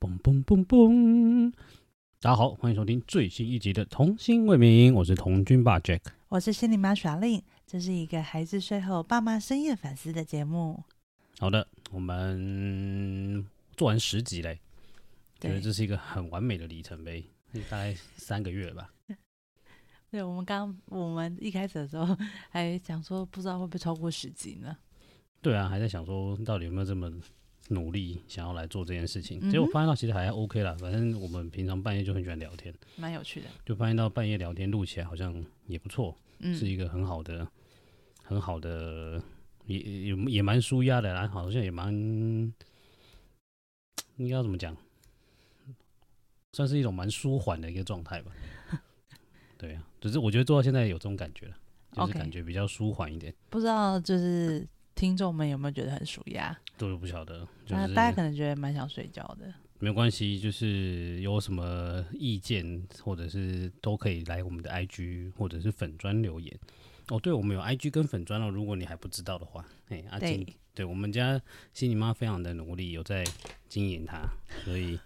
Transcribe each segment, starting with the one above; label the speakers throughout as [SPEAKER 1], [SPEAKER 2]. [SPEAKER 1] 嘣嘣嘣嘣！大家好，欢迎收听最新一集的《童心未泯》，我是童军爸 Jack。
[SPEAKER 2] 我是心理妈耍令，这是一个孩子睡后爸妈深夜反思的节目。
[SPEAKER 1] 好的，我们做完十集嘞，觉得
[SPEAKER 2] 对，
[SPEAKER 1] 这是一个很完美的里程碑，大概三个月吧。
[SPEAKER 2] 对我们刚我们一开始的时候还想说，不知道会不会超过十集呢？
[SPEAKER 1] 对啊，还在想说到底有没有这么努力想要来做这件事情，结
[SPEAKER 2] 嗯
[SPEAKER 1] 果
[SPEAKER 2] 哼
[SPEAKER 1] 发现到其实还 OK 啦。反正我们平常半夜就很喜欢聊天，
[SPEAKER 2] 蛮有趣的，
[SPEAKER 1] 就发现到半夜聊天录起来好像也不错，是
[SPEAKER 2] 嗯，
[SPEAKER 1] 一个很好的、很好的，也也也蛮舒压的啦，好像也蛮，应该要怎么讲，算是一种蛮舒缓的一个状态 吧。对啊，只是我觉得做到现在有这种感觉了，就是
[SPEAKER 2] OK
[SPEAKER 1] 感觉比较舒缓一点。
[SPEAKER 2] 不知道就是听众们有没有觉得很暑压？
[SPEAKER 1] 都不晓得，就
[SPEAKER 2] 那
[SPEAKER 1] 是
[SPEAKER 2] 呃大家可能觉得蛮想睡觉的。
[SPEAKER 1] 没有关系，就是有什么意见或者是都可以来我们的 IG 或者是粉砖留言。哦，对，我们有 IG 跟粉砖哦，如果你还不知道的话，哎，阿金
[SPEAKER 2] 对，
[SPEAKER 1] 对我们家心理妈非常的努力，有在经营它，所以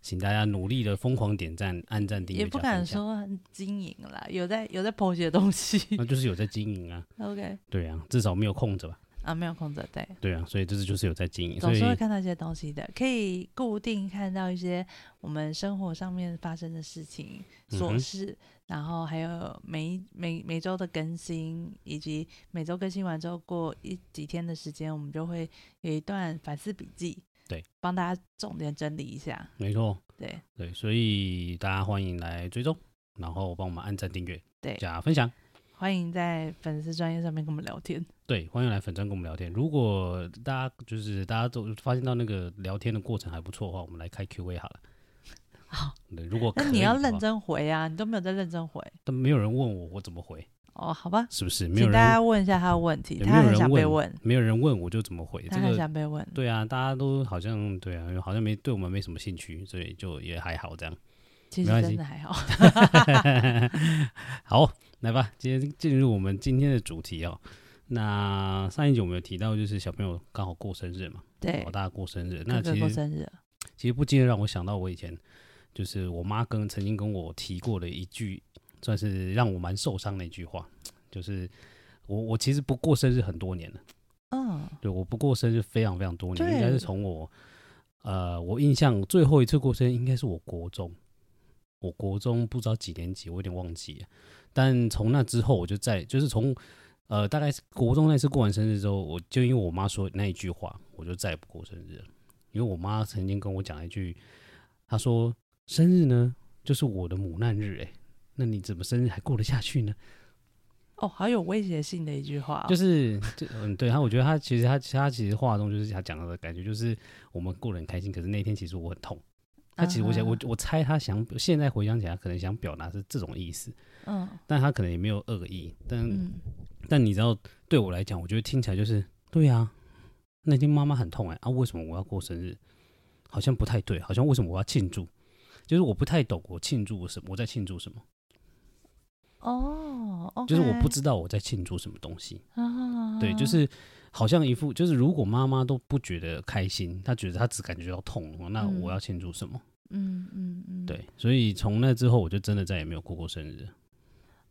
[SPEAKER 1] 请大家努力的疯狂点赞、按赞、订阅、
[SPEAKER 2] 也不
[SPEAKER 1] 加分
[SPEAKER 2] 敢
[SPEAKER 1] 享，
[SPEAKER 2] 说很经营啦，有在有在剖析的东西。
[SPEAKER 1] 那就是有在经营啊，
[SPEAKER 2] OK
[SPEAKER 1] 对啊，至少没有空着吧，
[SPEAKER 2] 啊，没有空着对。
[SPEAKER 1] 对啊，所以这次就是有在经营，所
[SPEAKER 2] 总
[SPEAKER 1] 以
[SPEAKER 2] 是会看到一些东西的，可以固定看到一些我们生活上面发生的事情、
[SPEAKER 1] 嗯
[SPEAKER 2] 琐
[SPEAKER 1] 哼
[SPEAKER 2] 事，然后还有每一每每周的更新，以及每周更新完之后过一几天的时间，我们就会有一段反思笔记，
[SPEAKER 1] 对，
[SPEAKER 2] 帮大家重点整理一下，
[SPEAKER 1] 没错，
[SPEAKER 2] 对
[SPEAKER 1] 对，所以大家欢迎来追踪，然后帮我们按赞、订阅、
[SPEAKER 2] 对，
[SPEAKER 1] 加分享。
[SPEAKER 2] 欢迎在粉丝专业上面跟我们聊天，
[SPEAKER 1] 对，欢迎来粉专跟我们聊天。如果大家就是大家都发现到那个聊天的过程还不错的话，我们来开 Q&A 好了。
[SPEAKER 2] 好，
[SPEAKER 1] 对，如果
[SPEAKER 2] 那
[SPEAKER 1] 可
[SPEAKER 2] 你
[SPEAKER 1] 以
[SPEAKER 2] 要
[SPEAKER 1] 的话
[SPEAKER 2] 认，真回啊，你都没有在认真回
[SPEAKER 1] 但没有人问我，我怎么回？
[SPEAKER 2] 哦，好吧，
[SPEAKER 1] 是不是？没有
[SPEAKER 2] 请大
[SPEAKER 1] 人
[SPEAKER 2] 家，问一下他的问题，
[SPEAKER 1] 也
[SPEAKER 2] 他
[SPEAKER 1] 没有
[SPEAKER 2] 很
[SPEAKER 1] 人
[SPEAKER 2] 想被
[SPEAKER 1] 问
[SPEAKER 2] 问，
[SPEAKER 1] 没有人问我就怎么回？这
[SPEAKER 2] 他很
[SPEAKER 1] 个
[SPEAKER 2] 想被问，
[SPEAKER 1] 对啊，大家都好像对啊，好像没对我们没什么兴趣，所以就也还好这 样。
[SPEAKER 2] 其
[SPEAKER 1] 没
[SPEAKER 2] 实
[SPEAKER 1] 关
[SPEAKER 2] 真
[SPEAKER 1] 系
[SPEAKER 2] 的 还好。
[SPEAKER 1] 好，来吧，今天进入我们今天的主题哦。那上一集我们有提到，就是小朋友刚好过生日嘛，
[SPEAKER 2] 对
[SPEAKER 1] 老，大过生日。那其
[SPEAKER 2] 哥哥
[SPEAKER 1] 实
[SPEAKER 2] 过生日了，
[SPEAKER 1] 其实不禁让我想到我以前就是我妈跟曾经跟我提过的一句，算是让我蛮受伤的一句话，就是我我其实不过生日很多年了，
[SPEAKER 2] 嗯，
[SPEAKER 1] 对，我不过生日非常非常多年，
[SPEAKER 2] 对
[SPEAKER 1] 应该是从我呃我印象最后一次过生日应该是我国中，我国中不知道几年级，我有点忘记了，但从那之后我就在就是从。呃，大概是国中那次过完生日之后，我就因为我妈说那一句话，我就再也不过生日了。因为我妈曾经跟我讲了一句，她说：“生日呢，就是我的母难日、欸，那你怎么生日还过得下去呢？”
[SPEAKER 2] 哦，好有威胁性的一句话哦、
[SPEAKER 1] 就是，就嗯，对他，我觉得他其实他他其实话中就是他讲到的感觉，就是我们过得很开心，可是那天其实我很痛。他其实我想，我
[SPEAKER 2] 啊
[SPEAKER 1] 我猜他想现在回想起来，他可能想表达是这种意思，
[SPEAKER 2] 嗯
[SPEAKER 1] 但他可能也没有恶意。但、
[SPEAKER 2] 嗯，
[SPEAKER 1] 但你知道，对我来讲，我觉得听起来就是对啊，那天妈妈很痛哎、啊，为什么我要过生日？好像不太对，好像为什么我要庆祝？就是我不太懂我庆祝什么，我在庆祝什么
[SPEAKER 2] 哦，OK，
[SPEAKER 1] 就是我不知道我在庆祝什么东西。
[SPEAKER 2] 啊，
[SPEAKER 1] 对，就是好像一副就是如果妈妈都不觉得开心，她觉得她只感觉到痛，那
[SPEAKER 2] 嗯
[SPEAKER 1] 我要庆祝什么？
[SPEAKER 2] 嗯嗯嗯，，
[SPEAKER 1] 对，所以从那之后，我就真的再也没有过过生日。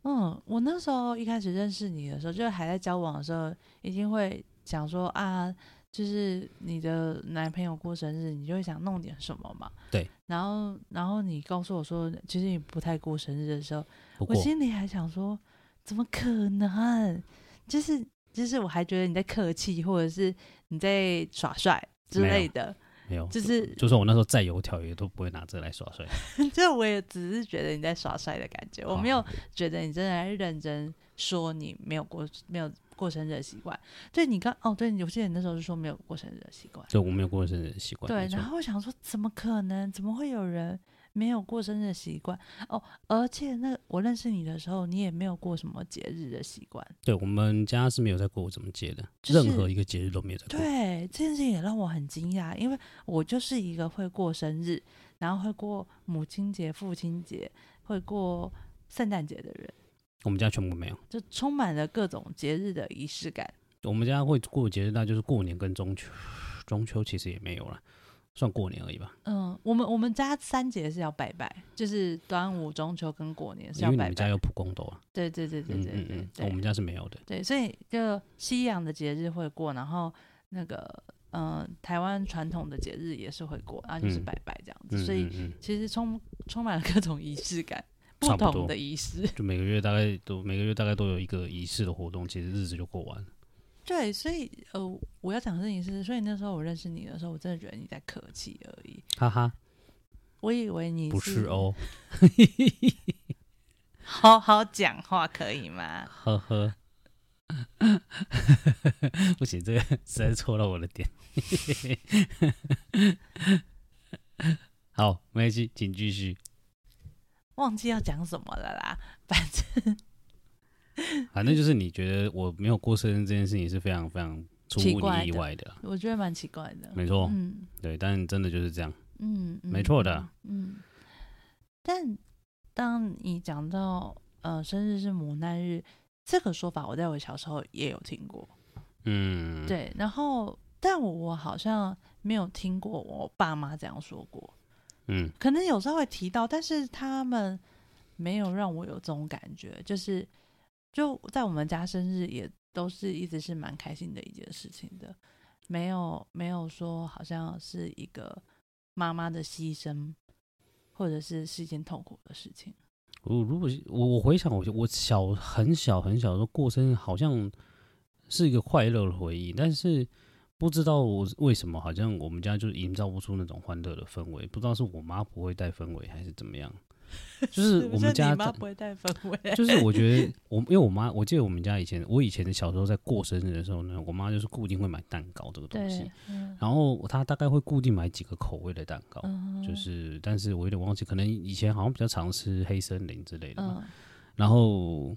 [SPEAKER 2] 嗯，我那时候一开始认识你的时候，就是还在交往的时候，一定会想说啊，就是你的男朋友过生日，你就会想弄点什么嘛，
[SPEAKER 1] 对，
[SPEAKER 2] 然后然后你告诉我说，其实你不太过生日的时候，
[SPEAKER 1] 不
[SPEAKER 2] 我
[SPEAKER 1] 过，
[SPEAKER 2] 心里还想说，怎么可能？就是就是，我还觉得你在客气，或者是你在耍帅之
[SPEAKER 1] 没有
[SPEAKER 2] 类的，
[SPEAKER 1] 没有，
[SPEAKER 2] 就是
[SPEAKER 1] 就算我那时候再油条，也都不会拿这来耍帅。
[SPEAKER 2] 就我也只是觉得你在耍帅的感觉，我没有
[SPEAKER 1] 哦
[SPEAKER 2] 觉得你真的在认真说你没有过没有过生日的习惯。对你刚哦，对，我记得你那时候是说没有过生日的习惯，
[SPEAKER 1] 对，我没有过生日的习惯。
[SPEAKER 2] 对。
[SPEAKER 1] 没错
[SPEAKER 2] 然后我想说，怎么可能？怎么会有人？没有过生日的习惯哦，而且那我认识你的时候，你也没有过什么节日的习惯，
[SPEAKER 1] 对我们家是没有在过什么节的，
[SPEAKER 2] 就是
[SPEAKER 1] 任何一个节日都没有在过。
[SPEAKER 2] 对这件事情也让我很惊讶，因为我就是一个会过生日，然后会过母亲节、父亲节，会过圣诞节的人，
[SPEAKER 1] 我们家全部没有。
[SPEAKER 2] 就充满了各种节日的仪式感。
[SPEAKER 1] 我们家会过节日，那就是过年跟中秋，中秋其实也没有了，算过年而已吧。
[SPEAKER 2] 嗯嗯，我们我们家三节是要拜拜，就是端午、中秋跟过年是
[SPEAKER 1] 因
[SPEAKER 2] 要
[SPEAKER 1] 为你
[SPEAKER 2] 拜
[SPEAKER 1] 们家
[SPEAKER 2] 拜。
[SPEAKER 1] 有蒲公斗啊，
[SPEAKER 2] 对对对对
[SPEAKER 1] 嗯
[SPEAKER 2] 对
[SPEAKER 1] 嗯
[SPEAKER 2] 对
[SPEAKER 1] 嗯，
[SPEAKER 2] 对
[SPEAKER 1] 我们家是没有的，
[SPEAKER 2] 对，所以就西洋的节日会过，然后那个嗯、呃台湾传统的节日也是会过，然后就是
[SPEAKER 1] 嗯
[SPEAKER 2] 拜拜这样子，
[SPEAKER 1] 嗯
[SPEAKER 2] 所以
[SPEAKER 1] 嗯嗯，
[SPEAKER 2] 其实充充满了各种仪式感，
[SPEAKER 1] 差
[SPEAKER 2] 不
[SPEAKER 1] 不
[SPEAKER 2] 同
[SPEAKER 1] 多
[SPEAKER 2] 的仪式。
[SPEAKER 1] 就每个月大概都每个月大概都有一个仪式的活动，其实日子就过完了。
[SPEAKER 2] 对，所以呃，我要讲的事情是，所以那时候我认识你的时候，我真的觉得你在客气而已，
[SPEAKER 1] 哈哈，
[SPEAKER 2] 我以为你
[SPEAKER 1] 不是，哦，
[SPEAKER 2] 好好讲话可以吗？
[SPEAKER 1] 呵呵， 不行，这个实在戳到我的点。 好，没关系，请继续。
[SPEAKER 2] 忘记要讲什么了啦，
[SPEAKER 1] 反正就是你觉得我没有过生日这件事情是非常非常出
[SPEAKER 2] 奇
[SPEAKER 1] 乎
[SPEAKER 2] 怪
[SPEAKER 1] 你意
[SPEAKER 2] 的
[SPEAKER 1] 外的啊，
[SPEAKER 2] 我觉得蛮奇怪的。
[SPEAKER 1] 没错，
[SPEAKER 2] 嗯
[SPEAKER 1] 对，但真的就是这样。
[SPEAKER 2] 嗯，
[SPEAKER 1] 没
[SPEAKER 2] 嗯
[SPEAKER 1] 错的。
[SPEAKER 2] 嗯，嗯但当你讲到呃，生日是磨难日这个说法，我在我小时候也有听过。
[SPEAKER 1] 嗯，，
[SPEAKER 2] 对，然后但我我好像没有听过我爸妈这样说过。
[SPEAKER 1] 嗯
[SPEAKER 2] 可能有时候会提到，但是他们没有让我有这种感觉，就是就在我们家生日也都是一直是蛮开心的一件事情的，没有没有说好像是一个妈妈的牺牲，或者是是一件痛苦的事情。
[SPEAKER 1] 我如果是我我回想我我小很小很小的时候过生日，好像是一个快乐的回忆，但是不知道我为什么，好像我们家就营造不出那种欢乐的氛围，不知道是我妈不会带氛围还是怎么样， 就是我们家
[SPEAKER 2] 你妈
[SPEAKER 1] 长
[SPEAKER 2] 不 会带氛围，
[SPEAKER 1] 就是我觉得我因为我妈，我记得我们家以前我以前的小时候在过生日的时候呢，我妈就是固定会买蛋糕这个东西
[SPEAKER 2] 对，，嗯
[SPEAKER 1] 然后她大概会固定买几个口味的蛋糕，
[SPEAKER 2] 嗯
[SPEAKER 1] 就是但是我有点忘记，可能以前好像比较常吃黑森林之类的嘛，
[SPEAKER 2] 嗯
[SPEAKER 1] 然后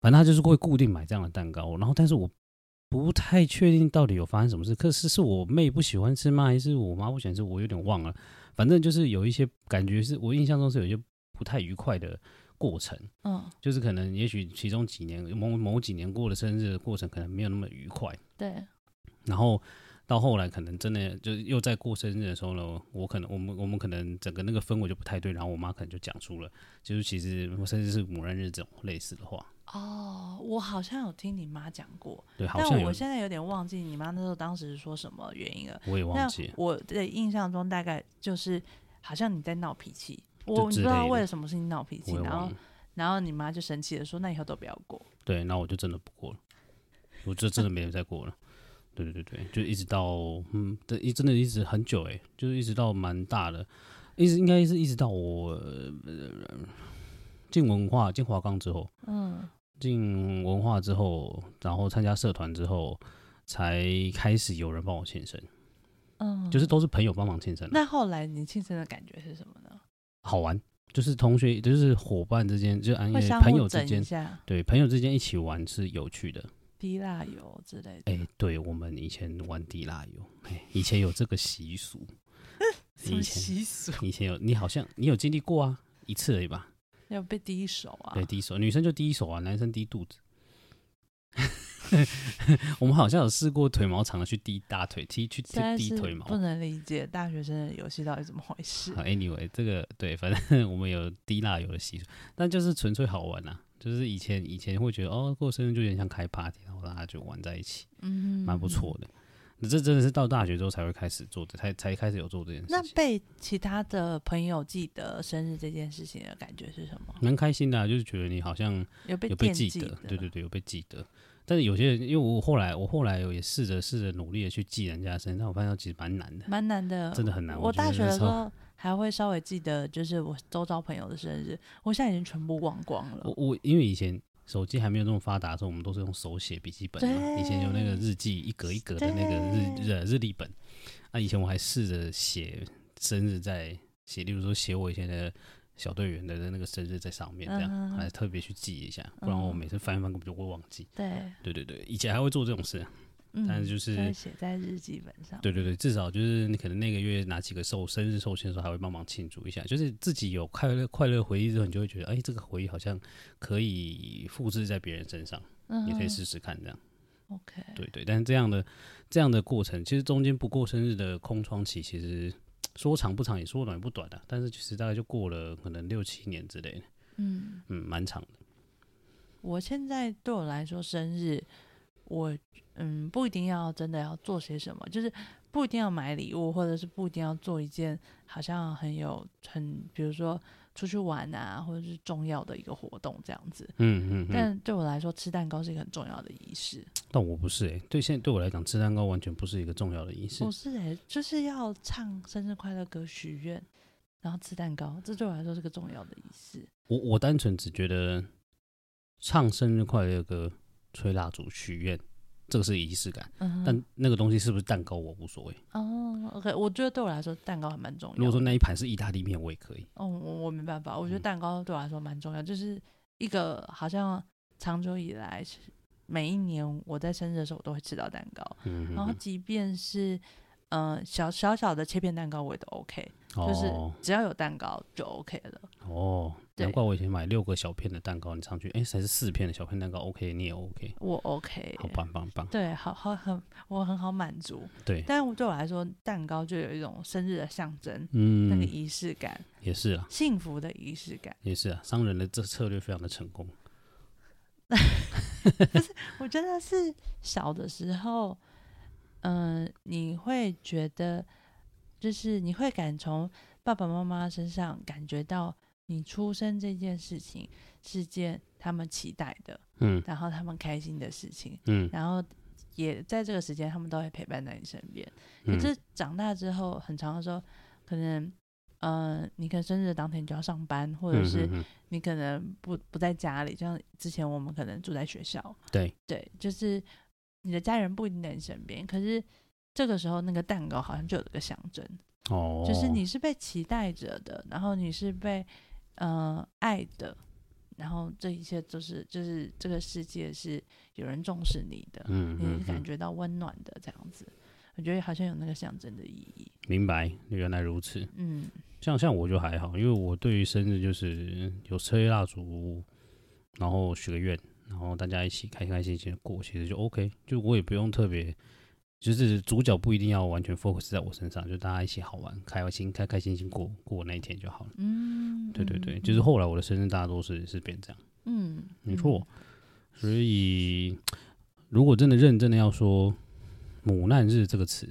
[SPEAKER 1] 反正她就是会固定买这样的蛋糕，然后但是我。不太确定到底有发生什么事，可是是我妹不喜欢吃吗？还是我妈不喜欢吃？我有点忘了。反正就是有一些感觉是，我印象中是有一些不太愉快的过程。
[SPEAKER 2] 嗯，
[SPEAKER 1] 就是可能也许其中几年某某几年过的生日的过程可能没有那么愉快，
[SPEAKER 2] 对，
[SPEAKER 1] 然后到后来可能真的就是又在过生日的时候呢，我可能我们我们可能整个那个氛围就不太对，然后我妈可能就讲出了，就是其实甚至是母人日这种类似的话，
[SPEAKER 2] 哦，我好像有听你妈讲过，
[SPEAKER 1] 对，好
[SPEAKER 2] 但
[SPEAKER 1] 像有
[SPEAKER 2] 我现在有点忘记你妈那时候当时是说什么原因了。
[SPEAKER 1] 我也忘
[SPEAKER 2] 那
[SPEAKER 1] 记了，
[SPEAKER 2] 我的印象中大概就是，好像你在闹脾气，
[SPEAKER 1] 就
[SPEAKER 2] 我你
[SPEAKER 1] 之
[SPEAKER 2] 不知道
[SPEAKER 1] 类的
[SPEAKER 2] 为了什么事情闹脾气，
[SPEAKER 1] 我也
[SPEAKER 2] 然
[SPEAKER 1] 忘
[SPEAKER 2] 后
[SPEAKER 1] 了，
[SPEAKER 2] 然后你妈就生气的说，那以后都不要过。
[SPEAKER 1] 对，那我就真的不过了，我就真的没有再过了。对对对对，就一直到嗯，这一真的一直很久哎、就是一直到蛮大的，一直应该是一直到我呃进文化进华冈之后，
[SPEAKER 2] 嗯
[SPEAKER 1] 进文化之后，然后参加社团之后，才开始有人帮我庆生，
[SPEAKER 2] 嗯，
[SPEAKER 1] 就是都是朋友帮忙庆生啊、
[SPEAKER 2] 那后来你庆生的感觉是什么呢？
[SPEAKER 1] 好玩，就是同学就是伙伴之间，就是
[SPEAKER 2] 会
[SPEAKER 1] 哎
[SPEAKER 2] 相
[SPEAKER 1] 朋
[SPEAKER 2] 互
[SPEAKER 1] 友之
[SPEAKER 2] 整一
[SPEAKER 1] 间，
[SPEAKER 2] 下，
[SPEAKER 1] 对朋友之间一起玩是有趣的。
[SPEAKER 2] 滴蜡油之类的。
[SPEAKER 1] 哎、对我们以前玩地蜡油，哎、以前有这个习俗，
[SPEAKER 2] 什么
[SPEAKER 1] 以前
[SPEAKER 2] 习俗？
[SPEAKER 1] 以前有你好像你有经历过啊，一次而已吧？
[SPEAKER 2] 要被滴手啊
[SPEAKER 1] 对，！滴手，女生就滴手啊，男生滴肚子。 我们好像有试过腿毛长的去滴大腿，踢去去
[SPEAKER 2] 实在
[SPEAKER 1] 滴
[SPEAKER 2] 是
[SPEAKER 1] 腿毛。
[SPEAKER 2] 不能理解大学生的游戏到底怎么回事
[SPEAKER 1] 好。，anyway，这个对，反正 我们有滴蜡油的习俗，但就是纯粹好玩啊。就是以前以前会觉得哦，过生日就有点像开 party，然后大家就玩在一起，
[SPEAKER 2] 嗯，
[SPEAKER 1] 蛮不错的。那这真的是到大学之后才会开始做的，才才开始有做这件事
[SPEAKER 2] 那
[SPEAKER 1] 情，
[SPEAKER 2] 被其他的朋友记得生日这件事情的感觉是什么？
[SPEAKER 1] 蛮开心的、啊，就是觉得你好像
[SPEAKER 2] 有被
[SPEAKER 1] 有被
[SPEAKER 2] 惦
[SPEAKER 1] 记
[SPEAKER 2] 记
[SPEAKER 1] 得
[SPEAKER 2] 的，，
[SPEAKER 1] 对对对，有被记得。但是有些人，因为我后来我后来有也试着试着努力的去记人家的生日，但我发现其实蛮难的，
[SPEAKER 2] 蛮难的，
[SPEAKER 1] 真的很难。
[SPEAKER 2] 我
[SPEAKER 1] 觉得
[SPEAKER 2] 大学
[SPEAKER 1] 那
[SPEAKER 2] 的
[SPEAKER 1] 时
[SPEAKER 2] 时
[SPEAKER 1] 候，
[SPEAKER 2] 候还会稍微记得，就是我周遭朋友的生日，我现在已经全部忘光了。
[SPEAKER 1] 我我因为以前手机还没有那么发达的时候，我们都是用手写笔记本嘛。
[SPEAKER 2] 对
[SPEAKER 1] 以前有那个日记一格一格的那个日日日历本，啊，以前我还试着写生日在写，例如说写我以前的小队员的那个生日在上面，这样、
[SPEAKER 2] 嗯哼
[SPEAKER 1] 还特别去记一下，不然我每次翻一翻根本就会忘记。
[SPEAKER 2] 对，
[SPEAKER 1] 对对对，以前还会做这种事，
[SPEAKER 2] 嗯，
[SPEAKER 1] 但是就是
[SPEAKER 2] 会写在日记本上。
[SPEAKER 1] 对对对，至少就是你可能那个月哪几个寿生日寿星的时候，还会帮忙庆祝一下。就是自己有快乐快乐回忆之后，你就会觉得，哎，这个回忆好像可以复制在别人身上，
[SPEAKER 2] 嗯哼，
[SPEAKER 1] 也可以试试看这样。
[SPEAKER 2] OK，
[SPEAKER 1] 对对，但是这样的这样的过程，其实中间不过生日的空窗期，其实说长不长，也说短不短的、但是其实大概就过了可能六七年之类的，
[SPEAKER 2] 嗯，
[SPEAKER 1] 嗯，蛮长的。
[SPEAKER 2] 我现在对我来说，生日我嗯不一定要真的要做些什么，就是不一定要买礼物，或者是不一定要做一件好像很有很，比如说出去玩啊，或者是重要的一个活动这样子。
[SPEAKER 1] 嗯嗯嗯。
[SPEAKER 2] 但对我来说，吃蛋糕是一个很重要的仪式。
[SPEAKER 1] 但我不是诶、对现对我来讲，吃蛋糕完全不是一个重要的仪式
[SPEAKER 2] 不。是诶、就是要唱生日快乐歌、许愿，然后吃蛋糕，这对我来说是个重要的仪式。
[SPEAKER 1] 我我单纯只觉得唱生日快乐歌、吹蜡烛、许愿，这个是仪式感。
[SPEAKER 2] 嗯哼，
[SPEAKER 1] 但那个东西是不是蛋糕，我无所谓。
[SPEAKER 2] 哦，OK，我觉得对我来说，蛋糕还蛮重要的。
[SPEAKER 1] 如果说那一盘是意大利面，我也可以。
[SPEAKER 2] 哦，我我没办法，我觉得
[SPEAKER 1] 嗯
[SPEAKER 2] 蛋糕对我来说蛮重要，就是一个好像长久以来是每一年我在生日的时候，我都会吃到蛋糕，
[SPEAKER 1] 嗯，嗯
[SPEAKER 2] 然后
[SPEAKER 1] 嗯
[SPEAKER 2] 即便是嗯、呃小小小的切片蛋糕，我也都 OK，就是
[SPEAKER 1] 哦
[SPEAKER 2] 只要有蛋糕就 OK 了。
[SPEAKER 1] 哦，
[SPEAKER 2] 对
[SPEAKER 1] 难怪我以前买六个小片的蛋糕，你上去哎，才是四片的小片蛋糕，OK，你也 OK，
[SPEAKER 2] 我 OK，
[SPEAKER 1] 好棒棒棒。
[SPEAKER 2] 对，好好很我很好满足，
[SPEAKER 1] 对，
[SPEAKER 2] 但是对我来说，蛋糕就有一种生日的象征，那个
[SPEAKER 1] 嗯，
[SPEAKER 2] 仪式感，
[SPEAKER 1] 也是啊，
[SPEAKER 2] 幸福的仪式感。
[SPEAKER 1] 也是啊，商人的这策略非常的成功。
[SPEAKER 2] 我觉得是小的时候，嗯、你会觉得，就是你会感从爸爸妈妈身上感觉到，你出生这件事情是件他们期待的，
[SPEAKER 1] 嗯
[SPEAKER 2] 然后他们开心的事情，
[SPEAKER 1] 嗯
[SPEAKER 2] 然后也在这个时间，他们都会陪伴在你身边。可
[SPEAKER 1] 嗯，
[SPEAKER 2] 是长大之后，很长的时候，可能。嗯，你可能生日当天你就要上班，或者
[SPEAKER 1] 嗯
[SPEAKER 2] 是
[SPEAKER 1] 嗯嗯
[SPEAKER 2] 你可能不不在家里，就像之前我们可能住在学校，
[SPEAKER 1] 对，
[SPEAKER 2] 对，就是你的家人不一定在你身边，可是这个时候那个蛋糕好像就有一个象征，
[SPEAKER 1] 哦，
[SPEAKER 2] 就是你是被期待着的，然后你是被呃爱的，然后这一切就是就是这个世界是有人重视你的，
[SPEAKER 1] 嗯，嗯
[SPEAKER 2] 你
[SPEAKER 1] 嗯
[SPEAKER 2] 是感觉到温暖的这样子，我觉得好像有那个象征的意义。
[SPEAKER 1] 明白，原来如此。
[SPEAKER 2] 嗯
[SPEAKER 1] 像像我就还好，因为我对于生日就是有吹蜡烛，然后许个愿，然后大家一起开开心心的过，其实就 OK。就我也不用特别，就是主角不一定要完全 focus 在我身上，就大家一起好玩，开心开开心心过过那一天就好了。
[SPEAKER 2] 嗯，
[SPEAKER 1] 对对
[SPEAKER 2] 嗯
[SPEAKER 1] 对，就是后来我的生日大多是是变这样，
[SPEAKER 2] 嗯，
[SPEAKER 1] 没
[SPEAKER 2] 嗯
[SPEAKER 1] 错。所以如果真的认真的要说“母难日”这个词，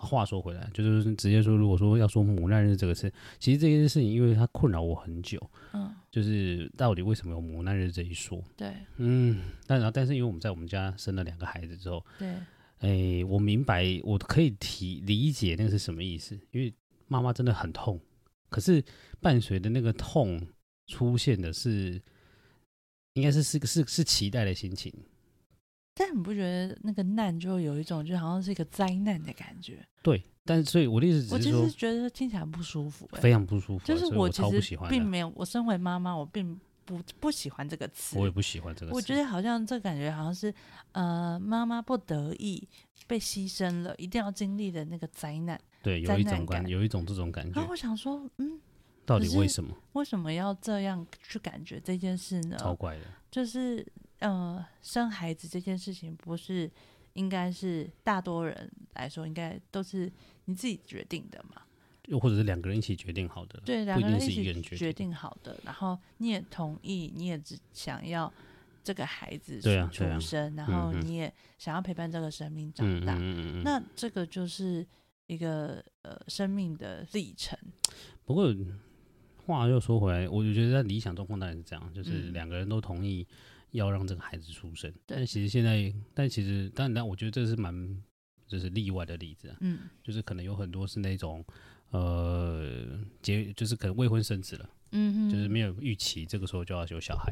[SPEAKER 1] 话说回来，就是直接说，如果说要说“母难日”这个词，其实这件事情因为它困扰我很久，
[SPEAKER 2] 嗯，
[SPEAKER 1] 就是到底为什么有“母难日”这一说？
[SPEAKER 2] 对
[SPEAKER 1] 嗯，但然后但是因为我们在我们家生了两个孩子之后，
[SPEAKER 2] 对，
[SPEAKER 1] 哎，我明白，我可以体理解那个是什么意思，因为妈妈真的很痛，可是伴随的那个痛出现的是，应该是是是是期待的心情，
[SPEAKER 2] 但你不觉得那个难就有一种就好像是一个灾难的感觉？
[SPEAKER 1] 对。但所以我的意思
[SPEAKER 2] 我
[SPEAKER 1] 只
[SPEAKER 2] 其
[SPEAKER 1] 是
[SPEAKER 2] 实
[SPEAKER 1] 说
[SPEAKER 2] 觉得听起来很不舒服、欸，
[SPEAKER 1] 非常不舒服啊，
[SPEAKER 2] 就是
[SPEAKER 1] 所以我
[SPEAKER 2] 其
[SPEAKER 1] 超不喜
[SPEAKER 2] 实
[SPEAKER 1] 欢
[SPEAKER 2] 并
[SPEAKER 1] 的，
[SPEAKER 2] 没有，我身为妈妈，我并不不喜欢这个词。
[SPEAKER 1] 我也不喜欢这个词。
[SPEAKER 2] 我觉得好像这感觉好像是，呃，妈妈不得已被牺牲了，一定要经历的那个灾难。
[SPEAKER 1] 对有
[SPEAKER 2] 灾
[SPEAKER 1] 一
[SPEAKER 2] 难
[SPEAKER 1] 种感，
[SPEAKER 2] 感
[SPEAKER 1] 有一种这种感
[SPEAKER 2] 然
[SPEAKER 1] 觉
[SPEAKER 2] 后，我想说，嗯，
[SPEAKER 1] 到
[SPEAKER 2] 可
[SPEAKER 1] 底为
[SPEAKER 2] 是呃
[SPEAKER 1] 什么？
[SPEAKER 2] 为什么要这样去感觉这件事呢？
[SPEAKER 1] 超怪的。
[SPEAKER 2] 就是，呃，生孩子这件事情不是应该是大多人来说应该都是你自己决定的嘛？
[SPEAKER 1] 又或者是两个人一起决定好的，
[SPEAKER 2] 对，
[SPEAKER 1] 不
[SPEAKER 2] 两
[SPEAKER 1] 一
[SPEAKER 2] 个人
[SPEAKER 1] 定
[SPEAKER 2] 一
[SPEAKER 1] 是一个
[SPEAKER 2] 起
[SPEAKER 1] 人
[SPEAKER 2] 决
[SPEAKER 1] 决定。
[SPEAKER 2] 定好的，然后你也同意，你也只想要这个孩子
[SPEAKER 1] 对啊
[SPEAKER 2] 出
[SPEAKER 1] 对啊
[SPEAKER 2] 出生，然后
[SPEAKER 1] 嗯嗯
[SPEAKER 2] 你也想要陪伴这个生命长
[SPEAKER 1] 嗯嗯
[SPEAKER 2] 大。
[SPEAKER 1] 嗯嗯嗯。
[SPEAKER 2] 那这个就是一个呃生命的历程。
[SPEAKER 1] 不过话又说回来，我就觉得在理想状况当然是这样，就是
[SPEAKER 2] 嗯
[SPEAKER 1] 两个人都同意要让这个孩子出生。但
[SPEAKER 2] 对
[SPEAKER 1] 其实现在，但其实，但但我觉得这是蛮就是例外的例子啊，
[SPEAKER 2] 嗯
[SPEAKER 1] 就是可能有很多是那种呃结，就是可能未婚生子了，
[SPEAKER 2] 嗯哼，
[SPEAKER 1] 就是没有预期这个时候就要有小孩，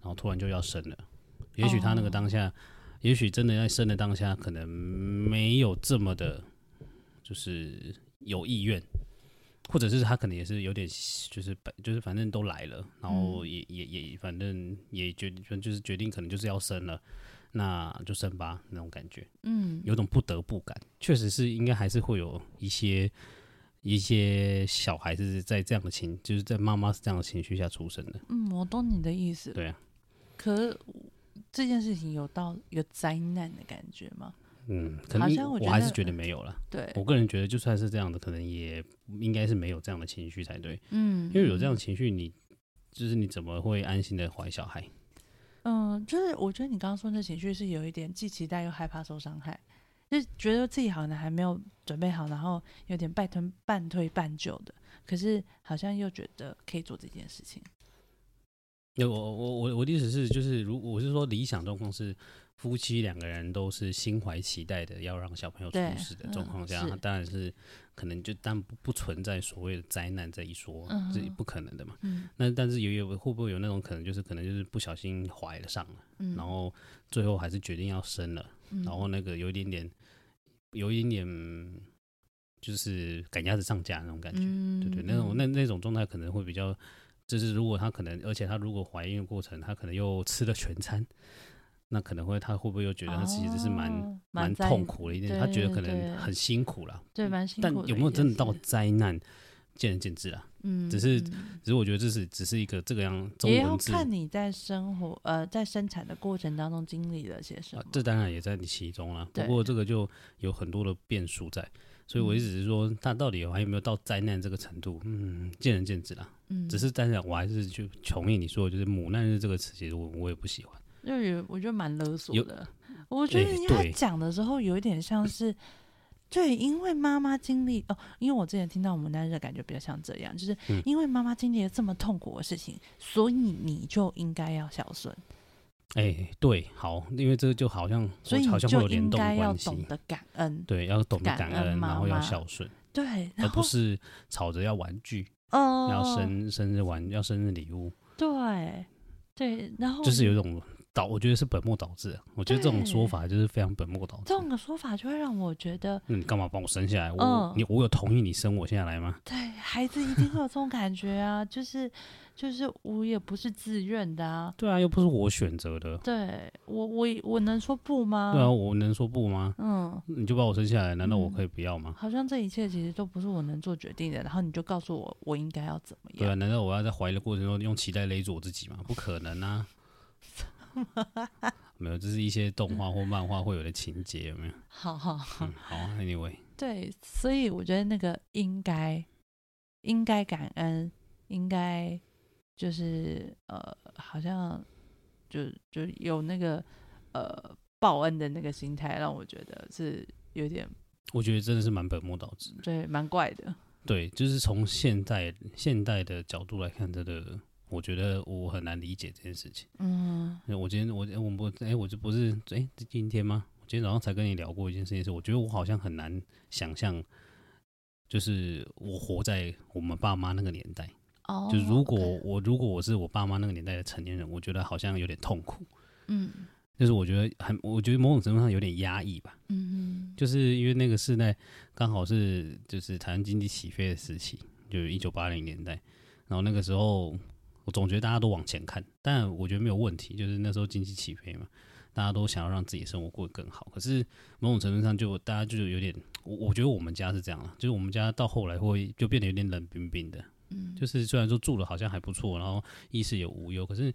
[SPEAKER 1] 然后突然就要生了。也许他那个
[SPEAKER 2] 哦
[SPEAKER 1] 当下，也许真的在生的当下，可能没有这么的，就是有意愿，或者是他可能也是有点，就是本就是反正都来了，然后
[SPEAKER 2] 嗯
[SPEAKER 1] 也、也也反正也决定就是决定可能就是要生了，那就生吧那种感觉。
[SPEAKER 2] 嗯
[SPEAKER 1] 有种不得不感，确实是应该还是会有一些一些小孩子在这样的情，就是在妈妈这样的情绪下出生的。
[SPEAKER 2] 嗯，我懂你的意思。
[SPEAKER 1] 对啊，
[SPEAKER 2] 可这件事情有到一个灾难的感觉吗？
[SPEAKER 1] 嗯，可
[SPEAKER 2] 好
[SPEAKER 1] 能
[SPEAKER 2] 像我
[SPEAKER 1] 我
[SPEAKER 2] 觉
[SPEAKER 1] 还
[SPEAKER 2] 得
[SPEAKER 1] 是觉得没有了。
[SPEAKER 2] 对，
[SPEAKER 1] 我个人觉得，就算是这样的，可能也应该是没有这样的情绪才对。
[SPEAKER 2] 嗯，
[SPEAKER 1] 因为有这样的情绪，你就是你怎么会安心的怀小孩？
[SPEAKER 2] 嗯，就是我觉得你刚刚说那情绪是有一点既期待又害怕受伤害，就是觉得自己好像还没有准备好，然后有点半推半推半就的，可是好像又觉得可以做这件事情。
[SPEAKER 1] 那我我我我的意思是，就是如我是说理想状况是夫妻两个人都是心怀期待的，要让小朋友出
[SPEAKER 2] 对
[SPEAKER 1] 世的
[SPEAKER 2] 嗯
[SPEAKER 1] 状况下，
[SPEAKER 2] 是
[SPEAKER 1] 它当然是可能就但不不存在所谓的灾难这一说，
[SPEAKER 2] 嗯
[SPEAKER 1] 这
[SPEAKER 2] 哼
[SPEAKER 1] 不可能的嘛。
[SPEAKER 2] 嗯
[SPEAKER 1] 那但是也有会不会有那种可能，就是可能就是不小心怀了上了，
[SPEAKER 2] 嗯，
[SPEAKER 1] 然后最后还是决定要生了，
[SPEAKER 2] 嗯
[SPEAKER 1] 然后那个有一点点，有一点点就是赶鸭子上架那种感觉。
[SPEAKER 2] 嗯，
[SPEAKER 1] 对对，那种
[SPEAKER 2] 嗯
[SPEAKER 1] 那那种状态可能会比较，就是如果她可能，而且她如果怀孕的过程，她可能又吃了全餐，那可能会她会不会又觉得她其实是蛮、
[SPEAKER 2] 哦
[SPEAKER 1] 蛮
[SPEAKER 2] 在
[SPEAKER 1] 痛苦的一点，她觉得
[SPEAKER 2] 对
[SPEAKER 1] 可能
[SPEAKER 2] 对
[SPEAKER 1] 很辛苦啦，
[SPEAKER 2] 对蛮辛
[SPEAKER 1] 但
[SPEAKER 2] 苦的一件事。
[SPEAKER 1] 有没有真的到灾难，见仁见智啦。
[SPEAKER 2] 嗯，
[SPEAKER 1] 只是
[SPEAKER 2] 嗯
[SPEAKER 1] 只是我觉得这是只是一个这个样中
[SPEAKER 2] 也要
[SPEAKER 1] 文字。
[SPEAKER 2] 看你在生活呃在生产的过程当中经历了些什么
[SPEAKER 1] 啊。，这当然也在其中啦。不
[SPEAKER 2] 对
[SPEAKER 1] 过这个就有很多的变数在，所以我一
[SPEAKER 2] 嗯
[SPEAKER 1] 直是说，它到底还有没有到灾难这个程度，嗯，见仁见智啦。
[SPEAKER 2] 嗯，
[SPEAKER 1] 只是当然，我还是就同意你说的，就是“母难日”这个词，其实我我也不喜欢。
[SPEAKER 2] 就有我觉得蛮勒索
[SPEAKER 1] 有
[SPEAKER 2] 的。我觉得
[SPEAKER 1] 哎
[SPEAKER 2] 因为他
[SPEAKER 1] 对
[SPEAKER 2] 讲的时候有一点像是，对，因为妈妈经历哦，因为我之前听到我们那的感觉比较像这样，就是
[SPEAKER 1] 嗯
[SPEAKER 2] 因为妈妈经历了这么痛苦的事情，所以你就应该要孝顺，
[SPEAKER 1] 哎、对，好，因为这就好像
[SPEAKER 2] 所以
[SPEAKER 1] 好
[SPEAKER 2] 你
[SPEAKER 1] 像会有
[SPEAKER 2] 就
[SPEAKER 1] 联
[SPEAKER 2] 应
[SPEAKER 1] 动
[SPEAKER 2] 该要
[SPEAKER 1] 关
[SPEAKER 2] 懂
[SPEAKER 1] 系，
[SPEAKER 2] 得感恩。
[SPEAKER 1] 对，要懂得
[SPEAKER 2] 感
[SPEAKER 1] 感
[SPEAKER 2] 恩
[SPEAKER 1] 恩，
[SPEAKER 2] 妈
[SPEAKER 1] 然后要
[SPEAKER 2] 妈
[SPEAKER 1] 孝 顺，
[SPEAKER 2] 对，
[SPEAKER 1] 而
[SPEAKER 2] 然
[SPEAKER 1] 不
[SPEAKER 2] 后
[SPEAKER 1] 是吵着要玩 具、
[SPEAKER 2] 呃，
[SPEAKER 1] 要生生日玩、要生日礼物，
[SPEAKER 2] 对对，然后
[SPEAKER 1] 就是有一种导，我觉得是本末倒置啊。我觉得这种说
[SPEAKER 2] 哦对
[SPEAKER 1] 法就是非常本末倒置
[SPEAKER 2] 这。种的说法就会让我觉得，
[SPEAKER 1] 那你嗯干嘛帮我生下来？我、
[SPEAKER 2] 嗯
[SPEAKER 1] 你我有同意你生我下来吗？
[SPEAKER 2] 对孩子一定会有这种感觉啊，就是就是我也不是自愿的啊，
[SPEAKER 1] 对啊，又不是我选择的。
[SPEAKER 2] 对我，我我能说不吗？
[SPEAKER 1] 对啊，我能说不吗？
[SPEAKER 2] 嗯，
[SPEAKER 1] 你就把我生下来，难道我
[SPEAKER 2] 嗯
[SPEAKER 1] 可以不要吗？
[SPEAKER 2] 好像这一切其实都不是我能做决定的，然后你就告诉我我应该要怎么
[SPEAKER 1] 对啊，
[SPEAKER 2] 样。
[SPEAKER 1] 难道我要在怀疑的过程中用脐带勒住我自己吗？不可能啊！没有，这是一些动画或漫 画会有的情节，有没有？
[SPEAKER 2] 好好好
[SPEAKER 1] 嗯，，好，Anyway，
[SPEAKER 2] 对，所以我觉得那个应该，应该感恩，应该就是呃，好像就就有那个呃报恩的那个心态，让我觉得是有点
[SPEAKER 1] 我觉得真的是蛮本末倒置的。
[SPEAKER 2] 对蛮怪的。
[SPEAKER 1] 对，就是从现代现代的角度来看，真的，我觉得我很难理解这件事情。
[SPEAKER 2] 嗯
[SPEAKER 1] 我今天我我不哎，我这不是哎，这今天吗？我今天早上才跟你聊过一件事情，是我觉得我好像很难想象，就是我活在我们爸妈那个年代。
[SPEAKER 2] 哦，
[SPEAKER 1] 就如果
[SPEAKER 2] OK，
[SPEAKER 1] 我如果我是我爸妈那个年代的成年人，我觉得好像有点痛苦，
[SPEAKER 2] 嗯
[SPEAKER 1] 就是我觉得很，我觉得某种程度上有点压抑吧，
[SPEAKER 2] 嗯嗯
[SPEAKER 1] 就是因为那个时代刚好是就是台湾经济起飞的时期，就是一九八零年代，然后那个时候我总觉得大家都往前看，但我觉得没有问题，就是那时候经济起飞嘛，大家都想要让自己生活过得更好，可是某种程度上就大家就有点，我我觉得我们家是这样了，啊就是我们家到后来会就变得有点冷冰冰的。
[SPEAKER 2] 嗯，
[SPEAKER 1] 就是虽然说住的好像还不错，然后衣食也无忧，可是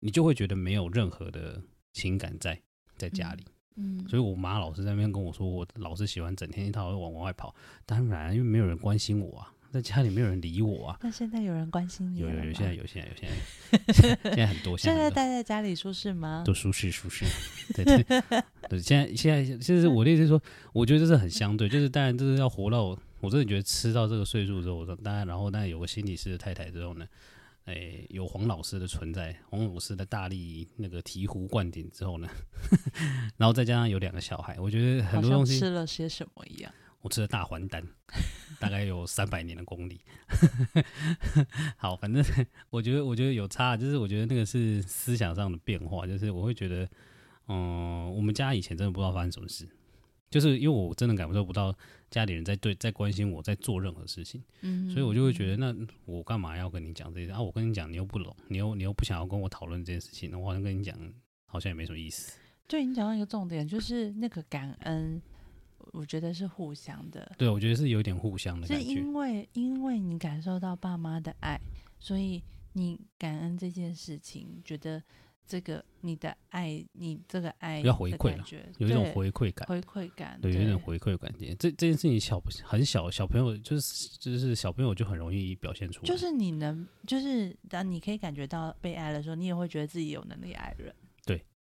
[SPEAKER 1] 你就会觉得没有任何的情感在在家里。
[SPEAKER 2] 嗯，
[SPEAKER 1] 所以我妈老是在那边跟我说，我老是喜欢整天一套往往外跑。当然，因为没有人关心我啊，在家里没有人理我啊。
[SPEAKER 2] 那现在有人关心你
[SPEAKER 1] 有
[SPEAKER 2] 了
[SPEAKER 1] 有
[SPEAKER 2] 吗？
[SPEAKER 1] 有，现在 有现在有现在有现在很多，现
[SPEAKER 2] 现
[SPEAKER 1] 在
[SPEAKER 2] 在
[SPEAKER 1] 很多
[SPEAKER 2] 待在家里舒适吗？
[SPEAKER 1] 都舒适舒适。对对对，现在现在其实我的意思是说，我觉得这是很相对，就是当然这是要活到我我真的觉得吃到这个岁数之后，我说当然，然后当然有个心理师的太太之后呢，哎，有黄老师的存在，黄老师的大力那个醍醐灌顶之后呢， 然后再加上有两个小孩，我觉得很
[SPEAKER 2] 好
[SPEAKER 1] 多
[SPEAKER 2] 像
[SPEAKER 1] 东西
[SPEAKER 2] 吃了些什么一样。
[SPEAKER 1] 我吃了大还 丹，大概有三百年的功力。 好，反正我觉得，我觉得有差，啊就是我觉得那个是思想上的变化，就是我会觉得，嗯、我们家以前真的不知道发生什么事，就是因为我真的感受不到家里人在对在关心我，在做任何事情，
[SPEAKER 2] 嗯，
[SPEAKER 1] 所以我就会觉得，那我干嘛要跟你讲这些啊？我跟你讲，你又不懂，你又你又不想要跟我讨论这件事情，那我好像跟你讲，好像也没什么意思。
[SPEAKER 2] 对你讲到一个重点，就是那个感恩，我觉得是互相的，
[SPEAKER 1] 对，我觉得是有点互相的感
[SPEAKER 2] 是
[SPEAKER 1] 觉。
[SPEAKER 2] 因为因为你感受到爸妈的爱，所以你感恩这件事情，觉得这个你的爱，你这个爱
[SPEAKER 1] 要回馈
[SPEAKER 2] 的
[SPEAKER 1] 啦
[SPEAKER 2] 感觉，
[SPEAKER 1] 有一种
[SPEAKER 2] 对
[SPEAKER 1] 回馈感，
[SPEAKER 2] 回馈感，
[SPEAKER 1] 对，有一种回馈感。这这件事情小很小，小朋友就是就是小朋友就很容易表现出来，
[SPEAKER 2] 就是你能，就是当你可以感觉到被爱的时候，你也会觉得自己有能力爱人。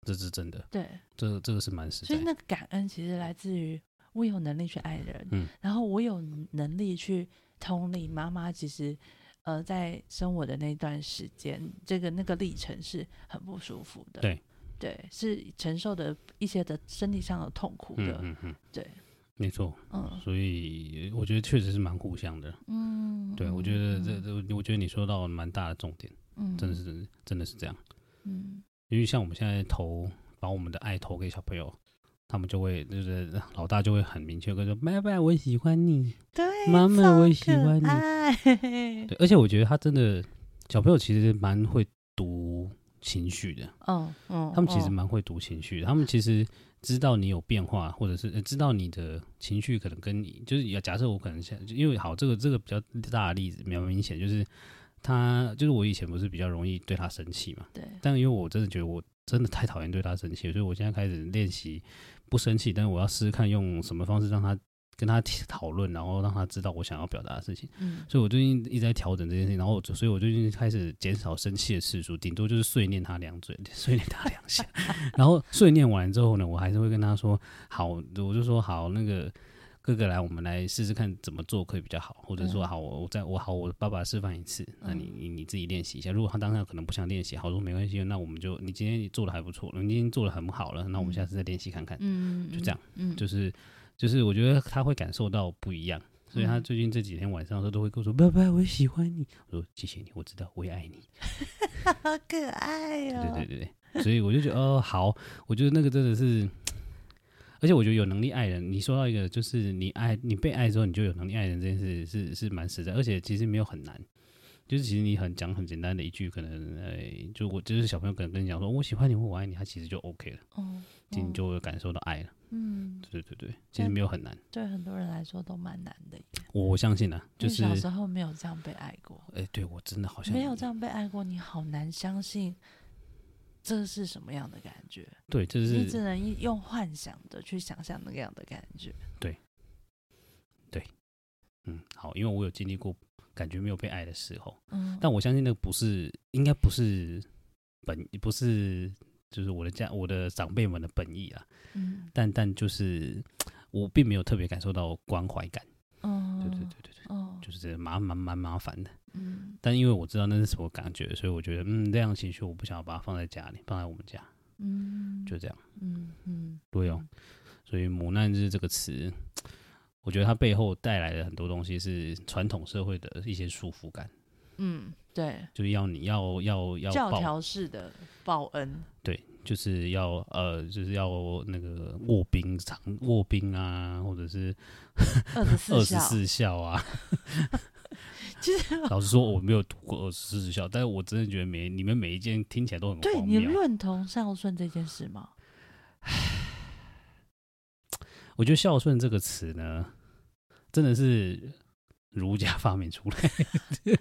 [SPEAKER 1] 这是真的，
[SPEAKER 2] 对，
[SPEAKER 1] 这这个是蛮实在
[SPEAKER 2] 所以
[SPEAKER 1] 的。
[SPEAKER 2] 那个感恩其实来自于我有能力去爱人，
[SPEAKER 1] 嗯
[SPEAKER 2] 然后我有能力去同理妈妈。其实，呃，在生我的那段时间，这个那个历程是很不舒服的。
[SPEAKER 1] 对。
[SPEAKER 2] 对，是承受的一些的身体上的痛苦
[SPEAKER 1] 嗯
[SPEAKER 2] 的，
[SPEAKER 1] 嗯嗯，
[SPEAKER 2] 对，
[SPEAKER 1] 没错。
[SPEAKER 2] 嗯
[SPEAKER 1] 所以我觉得确实是蛮互相的。
[SPEAKER 2] 嗯，
[SPEAKER 1] 对，我觉得这这，我觉得你说到蛮大的重点，
[SPEAKER 2] 嗯
[SPEAKER 1] 真的，是真的是这样。
[SPEAKER 2] 嗯
[SPEAKER 1] 因为像我们现在投把我们的爱投给小朋友，他们就会就是老大就会很明确地说：“妈妈，我喜欢你。
[SPEAKER 2] 嗯，对，
[SPEAKER 1] 妈妈
[SPEAKER 2] 超
[SPEAKER 1] 我
[SPEAKER 2] 可
[SPEAKER 1] 喜欢你
[SPEAKER 2] 爱
[SPEAKER 1] 对，而且我觉得他真的小朋友其实蛮会读情绪的，
[SPEAKER 2] 嗯嗯，
[SPEAKER 1] 他们其实
[SPEAKER 2] 嗯
[SPEAKER 1] 蛮会读情绪的，他们其实知道你有变化，或者是、呃知道你的情绪可能跟你就是也假设我可能现在因为好这个这个比较大的例子比较明显，就是他就是我以前不是比较容易对他生气嘛，
[SPEAKER 2] 对，
[SPEAKER 1] 但因为我真的觉得我真的太讨厌对他生气了，所以我现在开始练习不生气，但是我要试试看用什么方式让他跟他讨论，然后让他知道我想要表达的事情。
[SPEAKER 2] 嗯
[SPEAKER 1] 所以我最近一直在调整这件事情，然后我就所以我最近开始减少生气的次数，顶多就是碎念他两嘴，碎念他两下，然后碎念完之后呢，我还是会跟他说好，我就说好那个。哥哥来，我们来试试看怎么做可以比较好，或者说
[SPEAKER 2] 嗯
[SPEAKER 1] 好，我我再我好，我爸爸示范一次，那你你你自己练习一下。如果他当下可能不想练习，好，说没关系，那我们就你今天你做的还不错，你今天做的很好了，那我们下次再练习看看。
[SPEAKER 2] 嗯，
[SPEAKER 1] 就这样，
[SPEAKER 2] 嗯，
[SPEAKER 1] 就是就是我觉得他会感受到不一样，所以他
[SPEAKER 2] 嗯
[SPEAKER 1] 最近这几天晚上的时候都会跟我说：“爸爸，我喜欢你。”我说：“谢谢你，我知道，我也爱你。
[SPEAKER 2] 好可爱”
[SPEAKER 1] 对
[SPEAKER 2] 哦，
[SPEAKER 1] 对对对，所以我就觉得哦，好，我觉得那个真的是，而且我觉得有能力爱人，你说到一个就是你爱你被爱之后，你就有能力爱人这件事是是蛮实在，而且其实没有很难。就是其实你很讲很简单的一句，可能呃，就我就是小朋友可能跟你讲说、我喜欢你或我爱你，他其实就 OK 了，
[SPEAKER 2] 嗯，
[SPEAKER 1] 其实
[SPEAKER 2] 嗯
[SPEAKER 1] 你就会感受到爱了。
[SPEAKER 2] 嗯，
[SPEAKER 1] 对对对，其实没有很难，
[SPEAKER 2] 对很多人来说都蛮难的耶，
[SPEAKER 1] 我相信啊，
[SPEAKER 2] 因
[SPEAKER 1] 就
[SPEAKER 2] 为
[SPEAKER 1] 是
[SPEAKER 2] 小时候没有这样被爱过，
[SPEAKER 1] 哎、对我真的好像
[SPEAKER 2] 没有这样被爱过，你好难相信这是什么样的感觉，
[SPEAKER 1] 对，就
[SPEAKER 2] 你只
[SPEAKER 1] 是
[SPEAKER 2] 能一用幻想的去想象那个样的感觉，
[SPEAKER 1] 嗯，好，因为我有经历过感觉没有被爱的时候，
[SPEAKER 2] 嗯，
[SPEAKER 1] 但我相信那个不是，应该不是本，不是就是我的家我的长辈们的本意啦，
[SPEAKER 2] 嗯
[SPEAKER 1] 但但就是我并没有特别感受到关怀感，
[SPEAKER 2] 嗯，
[SPEAKER 1] 对对对对对，
[SPEAKER 2] 嗯，
[SPEAKER 1] 就是这麻蛮蛮麻烦的，
[SPEAKER 2] 嗯
[SPEAKER 1] 但因为我知道那是什么感觉，所以我觉得嗯，这样的情绪我不想要把它放在家里，放在我们家，
[SPEAKER 2] 嗯，
[SPEAKER 1] 就这样。
[SPEAKER 2] 嗯嗯，
[SPEAKER 1] 对哦，所以“磨难日”这个词，我觉得它背后带来的很多东西是传统社会的一些束缚感，
[SPEAKER 2] 嗯，对，
[SPEAKER 1] 就是要你要要要
[SPEAKER 2] 教
[SPEAKER 1] 报，
[SPEAKER 2] 条式的报恩，
[SPEAKER 1] 就是要呃，就是要那个卧冰长卧冰啊，或者是
[SPEAKER 2] 二十
[SPEAKER 1] 二十
[SPEAKER 2] 四孝，
[SPEAKER 1] 四孝 啊。
[SPEAKER 2] 其实
[SPEAKER 1] 老实说，我没有读过二十四孝，但是我真的觉得每你们每一件听起来都很
[SPEAKER 2] 对
[SPEAKER 1] 荒
[SPEAKER 2] 你
[SPEAKER 1] 谬。
[SPEAKER 2] 认同孝顺这件事吗？
[SPEAKER 1] 我觉得“孝顺”这个词呢，真的是儒家发明出来的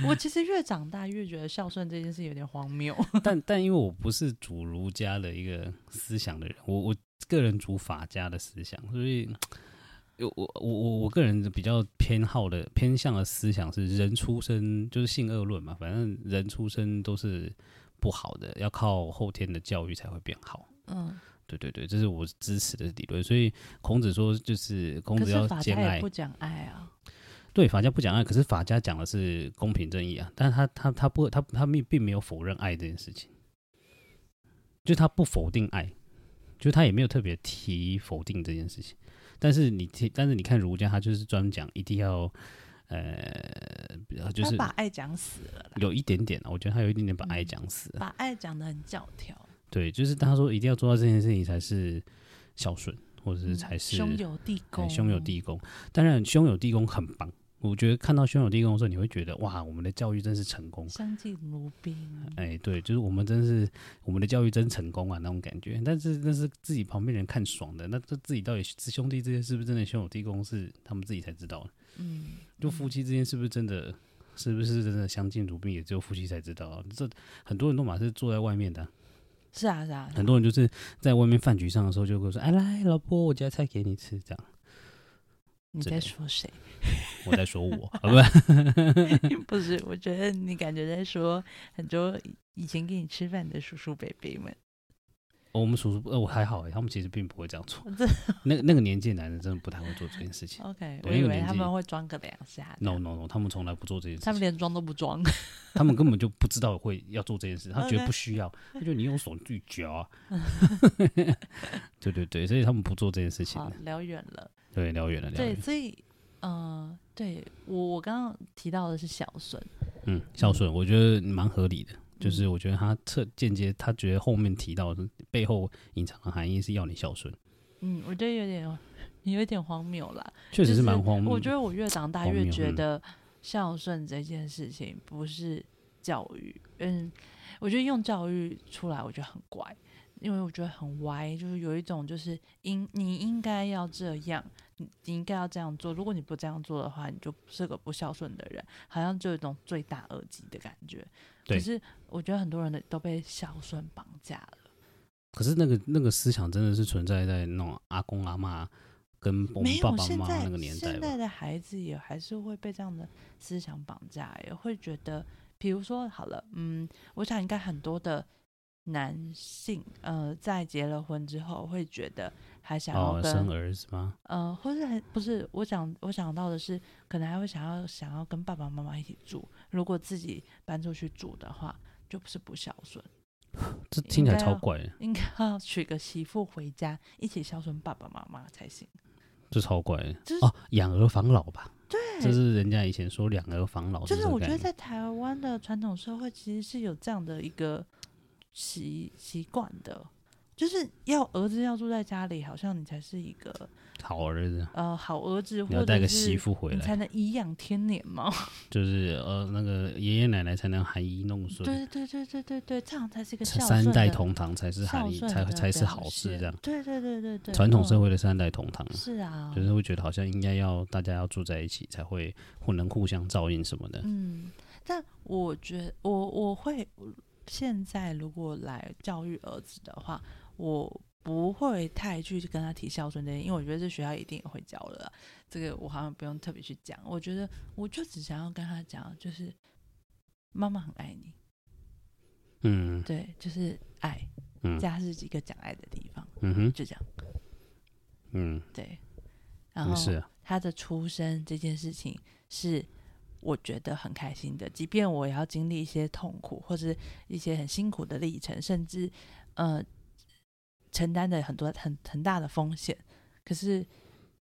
[SPEAKER 2] 我其实越长大越觉得孝顺这件事有点荒谬。
[SPEAKER 1] 但但因为我不是主儒家的一个思想的人，我我个人主法家的思想，所以呃我我我我个人比较偏好的偏向的思想是人出生就是性恶论嘛，反正人出生都是不好的，要靠后天的教育才会变好。
[SPEAKER 2] 嗯，
[SPEAKER 1] 对对对，这是我支持的理论。所以孔子说，就是孔
[SPEAKER 2] 可
[SPEAKER 1] 子
[SPEAKER 2] 是
[SPEAKER 1] 要
[SPEAKER 2] 法
[SPEAKER 1] 兼
[SPEAKER 2] 家也
[SPEAKER 1] 爱
[SPEAKER 2] 不，讲爱啊。
[SPEAKER 1] 对法家不讲爱，可是法家讲的是公平正义啊，但是他他他不他他并并没有否认爱这件事情，就是他不否定爱，就是他也没有特别提否定这件事情。但是你提，但是你看儒家，他就是专门讲一定要，呃，就
[SPEAKER 2] 他
[SPEAKER 1] 是
[SPEAKER 2] 把爱讲死了啦，
[SPEAKER 1] 有一点点啊，我觉得他有一点点把爱
[SPEAKER 2] 嗯
[SPEAKER 1] 讲死了。
[SPEAKER 2] 把爱讲的很教条，
[SPEAKER 1] 对，就是他说一定要做到这件事情才是孝顺，或者是才是
[SPEAKER 2] 嗯兄友弟
[SPEAKER 1] 对
[SPEAKER 2] 恭，
[SPEAKER 1] 兄友弟恭。当然，兄友弟恭很棒。我觉得看到兄友弟恭的时候，你会觉得哇，我们的教育真是成功。
[SPEAKER 2] 相敬如宾。
[SPEAKER 1] 哎，对，就是我们真是我们的教育真成功啊，那种感觉。但是那是自己旁边人看爽的，那这自己到底是兄弟之间是不是真的兄友弟恭，是他们自己才知道。
[SPEAKER 2] 嗯，
[SPEAKER 1] 就夫妻之间是不是真的，是不是真的相敬如宾，也只有夫妻才知道啊。这很多人都马是坐在外面的啊、
[SPEAKER 2] 是啊是啊，是啊
[SPEAKER 1] 很多人就是在外面饭局上的时候就会说：“哎，来，老婆，我夹菜给你吃。”这样，
[SPEAKER 2] 你
[SPEAKER 1] 这
[SPEAKER 2] 在
[SPEAKER 1] 个
[SPEAKER 2] 说谁？
[SPEAKER 1] 我在说我啊，不是，
[SPEAKER 2] 不是，我觉得你感觉在说很多以以前跟你吃饭的叔叔伯伯们，
[SPEAKER 1] 我们叔叔呃我还好、欸，他们其实并不会这样做。
[SPEAKER 2] 这
[SPEAKER 1] 那个那个年纪的男人真的不太会做这件事情。
[SPEAKER 2] OK，
[SPEAKER 1] 对
[SPEAKER 2] 我以
[SPEAKER 1] 因为
[SPEAKER 2] 为
[SPEAKER 1] 年
[SPEAKER 2] 他们
[SPEAKER 1] 纪
[SPEAKER 2] 会装个两下这
[SPEAKER 1] No
[SPEAKER 2] 样
[SPEAKER 1] No No，他们从来不做这件事
[SPEAKER 2] 他们
[SPEAKER 1] 情，
[SPEAKER 2] 连装都不装。
[SPEAKER 1] 他们根本就不知道会要做这件事，他觉得
[SPEAKER 2] OK
[SPEAKER 1] 不需要，他觉得你用手去夹 啊。对对对，所以他们不做这件事情
[SPEAKER 2] 好，。聊远了。
[SPEAKER 1] 对，聊远了，聊
[SPEAKER 2] 对，
[SPEAKER 1] 远了。
[SPEAKER 2] 所以，嗯，对我我刚刚提到的是孝顺，
[SPEAKER 1] 嗯，孝顺，我觉得蛮合理的。就是我觉得他侧间接，他觉得后面提到的背后隐藏的含义是要你孝顺，
[SPEAKER 2] 嗯，我觉得有点有点荒谬啦，
[SPEAKER 1] 确实
[SPEAKER 2] 就是
[SPEAKER 1] 蛮荒谬
[SPEAKER 2] 我
[SPEAKER 1] 的
[SPEAKER 2] 觉。得我越长大
[SPEAKER 1] 荒
[SPEAKER 2] 越
[SPEAKER 1] 谬
[SPEAKER 2] 觉
[SPEAKER 1] 嗯
[SPEAKER 2] 得孝顺这件事情不是教育，嗯，我觉得用教育出来，我觉得很怪。因为我觉得很歪，就是有一种就是应你应该要这样，你你应该要这样做。如果你不这样做的话，你就不是个不孝顺的人，好像就有一种罪大恶极的感觉。
[SPEAKER 1] 对
[SPEAKER 2] 可是我觉得很多人的都被孝顺绑架了。
[SPEAKER 1] 可是那个那个思想真的是存在在那种阿公阿妈跟我们
[SPEAKER 2] 没有，
[SPEAKER 1] 爸爸
[SPEAKER 2] 现
[SPEAKER 1] 妈妈
[SPEAKER 2] 在
[SPEAKER 1] 那个年代吧
[SPEAKER 2] 现在。的孩子也还是会被这样的思想绑架，也会觉得，比如说好了，嗯，我想应该很多的男性，呃，在结了婚之后会觉得还想
[SPEAKER 1] 哦
[SPEAKER 2] 要，跟、
[SPEAKER 1] 生儿子吗？
[SPEAKER 2] 呃，或是很不是我想我想到的是，可能还会想要想要跟爸爸妈妈一起住，如果自己搬出去住的话，就不是不孝顺，
[SPEAKER 1] 这听起来
[SPEAKER 2] 应该
[SPEAKER 1] 超
[SPEAKER 2] 要
[SPEAKER 1] 怪的，
[SPEAKER 2] 应该要娶个媳妇回家一起孝顺爸爸妈妈才行。
[SPEAKER 1] 这超怪的
[SPEAKER 2] 就是
[SPEAKER 1] 哦，养儿防老吧？
[SPEAKER 2] 对，
[SPEAKER 1] 这是人家以前说养儿防老，
[SPEAKER 2] 就是
[SPEAKER 1] 哦这个
[SPEAKER 2] 我觉
[SPEAKER 1] 概
[SPEAKER 2] 得
[SPEAKER 1] 念
[SPEAKER 2] 在台湾的传统社会其实是有这样的一个习习惯的，就是要儿子要住在家里，好像你才是一个
[SPEAKER 1] 好儿子，
[SPEAKER 2] 呃好儿子，
[SPEAKER 1] 你
[SPEAKER 2] 或
[SPEAKER 1] 要带
[SPEAKER 2] 者
[SPEAKER 1] 个媳
[SPEAKER 2] 是
[SPEAKER 1] 妇回
[SPEAKER 2] 你才
[SPEAKER 1] 来，
[SPEAKER 2] 能颐养天年嘛。
[SPEAKER 1] 就是呃那个爷爷奶奶才能含饴弄孙，
[SPEAKER 2] 对对对对对对，这样才是一个孝
[SPEAKER 1] 三
[SPEAKER 2] 顺
[SPEAKER 1] 代
[SPEAKER 2] 的
[SPEAKER 1] 同堂才是含
[SPEAKER 2] 孝
[SPEAKER 1] 饴
[SPEAKER 2] 顺
[SPEAKER 1] 才
[SPEAKER 2] 的
[SPEAKER 1] 才是
[SPEAKER 2] 表
[SPEAKER 1] 好事，
[SPEAKER 2] 现
[SPEAKER 1] 这样
[SPEAKER 2] 对对对对对，
[SPEAKER 1] 传统社
[SPEAKER 2] 嗯
[SPEAKER 1] 会的三代同堂。
[SPEAKER 2] 是啊，
[SPEAKER 1] 就是会觉得好像应该要大家要住在一起才会互能互相照应什么的，
[SPEAKER 2] 嗯，但我觉得我我会现在如果来教育儿子的话，我不会太去跟他提孝顺这些，因为我觉得这学校一定也会教了啦，这个我好像不用特别去讲。我觉得我就只想要跟他讲，就是妈妈很爱你，
[SPEAKER 1] 嗯
[SPEAKER 2] 对，就是爱，
[SPEAKER 1] 嗯
[SPEAKER 2] 家是一个讲爱的地方，
[SPEAKER 1] 嗯哼
[SPEAKER 2] 就这样，
[SPEAKER 1] 嗯，
[SPEAKER 2] 对。然后
[SPEAKER 1] 是啊，
[SPEAKER 2] 他的出生这件事情是我觉得很开心的，即便我也要经历一些痛苦或是一些很辛苦的历程，甚至呃承担的很多很很大的风险，可是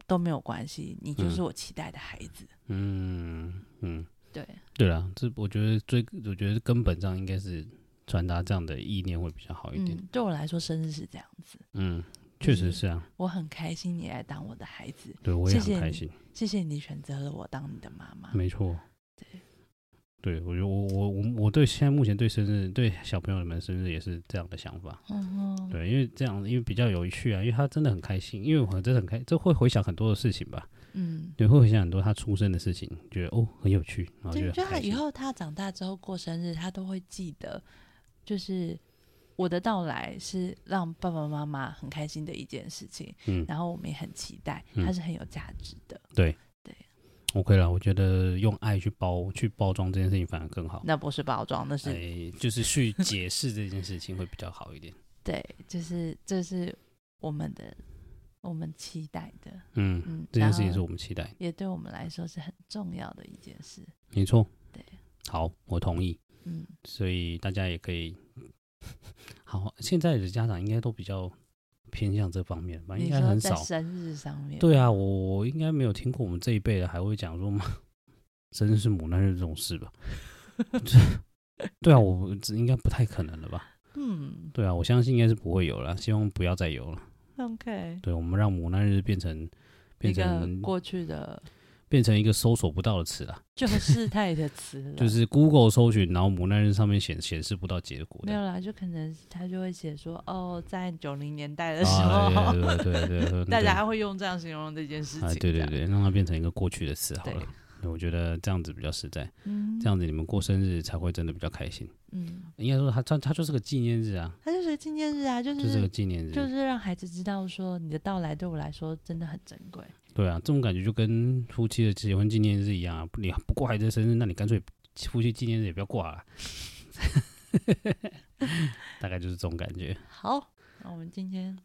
[SPEAKER 2] 都没有关系，你就是我期待的孩子。
[SPEAKER 1] 嗯嗯，
[SPEAKER 2] 对，
[SPEAKER 1] 对啦，这我觉得最，我觉得根本上应该是传达这样的意念会比较好一点。
[SPEAKER 2] 嗯，对我来说，生日是这样子，
[SPEAKER 1] 嗯，确实是啊，
[SPEAKER 2] 我很开心你来当我的孩子，
[SPEAKER 1] 对我也
[SPEAKER 2] 谢谢
[SPEAKER 1] 很开
[SPEAKER 2] 你
[SPEAKER 1] 心，
[SPEAKER 2] 谢谢你选择了我当你的妈妈。
[SPEAKER 1] 没错。
[SPEAKER 2] 对，
[SPEAKER 1] 对我觉得我我我我对现在目前对生日对小朋友们生日也是这样的想法。
[SPEAKER 2] 嗯哼，
[SPEAKER 1] 对，因为这样因为比较有趣啊，因为他真的很开心，因为我真的很开，这会回想很多的事情吧。
[SPEAKER 2] 嗯，
[SPEAKER 1] 对，会回想很多他出生的事情，觉得哦很有趣，然后
[SPEAKER 2] 对，
[SPEAKER 1] 觉
[SPEAKER 2] 就
[SPEAKER 1] 得很
[SPEAKER 2] 他
[SPEAKER 1] 开
[SPEAKER 2] 以
[SPEAKER 1] 心。
[SPEAKER 2] 后他长大之后过生日，他都会记得，就是我的到来是让爸爸妈妈很开心的一件事情，
[SPEAKER 1] 嗯
[SPEAKER 2] 然后我们也很期待，
[SPEAKER 1] 嗯
[SPEAKER 2] 它是很有价值的。
[SPEAKER 1] ，OK 了，我觉得用爱去包去包装这件事情反而更好。
[SPEAKER 2] 那不是包装，那是、
[SPEAKER 1] 哎，就是去解释这件事情会比较好一点。
[SPEAKER 2] 对，就是这是我们的我们期待的，
[SPEAKER 1] 嗯，
[SPEAKER 2] 嗯，
[SPEAKER 1] 这件事情
[SPEAKER 2] 然
[SPEAKER 1] 是
[SPEAKER 2] 后
[SPEAKER 1] 我们期待的，
[SPEAKER 2] 也对我们来说是很重要的一件事。
[SPEAKER 1] 没错。
[SPEAKER 2] 对，
[SPEAKER 1] 好，我同意。
[SPEAKER 2] 嗯，
[SPEAKER 1] 所以大家也可以，好，现在的家长应该都比较偏向这方面吧，啊应
[SPEAKER 2] 你
[SPEAKER 1] 该
[SPEAKER 2] 说
[SPEAKER 1] 很
[SPEAKER 2] 在
[SPEAKER 1] 少。
[SPEAKER 2] 生日上面，
[SPEAKER 1] 对啊，我我应该没有听过我们这一辈的还会讲说嘛，生日是母难日这种事吧？ 这对啊，我这应该不太可能了吧？
[SPEAKER 2] 嗯
[SPEAKER 1] 对啊，我相信应该是不会有了，希望不要再有了。
[SPEAKER 2] ，OK，
[SPEAKER 1] 对，我们让母难日变成变
[SPEAKER 2] 一个
[SPEAKER 1] 成
[SPEAKER 2] 过去的
[SPEAKER 1] 变成一个搜索不到的词了。
[SPEAKER 2] 就是啊 太的词了，
[SPEAKER 1] 就是 Google 搜寻，然后母难日上面显显示不到结果
[SPEAKER 2] 没有
[SPEAKER 1] 的。
[SPEAKER 2] 啦，就可能他就会写说，哦，在九零年代的时候，
[SPEAKER 1] 啊，对对对对对，
[SPEAKER 2] 大家还会用这样形容这件事情。
[SPEAKER 1] 啊，对对
[SPEAKER 2] 这样，
[SPEAKER 1] 对，让它变成一个过去的词好
[SPEAKER 2] 对
[SPEAKER 1] 了。对我觉得这样子比较实在。
[SPEAKER 2] 嗯，嗯
[SPEAKER 1] 这样子你们过生日才会真的比较开心。
[SPEAKER 2] 嗯，
[SPEAKER 1] 应该说它它它就是个纪念日啊，
[SPEAKER 2] 它就是纪念日啊，就
[SPEAKER 1] 就是个
[SPEAKER 2] 是
[SPEAKER 1] 纪念日，
[SPEAKER 2] 就是让孩子知道说你的到来对我来说真的很珍贵。
[SPEAKER 1] 对啊，这种感觉就跟夫妻的结婚纪念日一样、啊，你不过孩子的生日，那你干脆夫妻纪念日也不要挂了。 大概就是这种感觉。
[SPEAKER 2] 好，那我们今天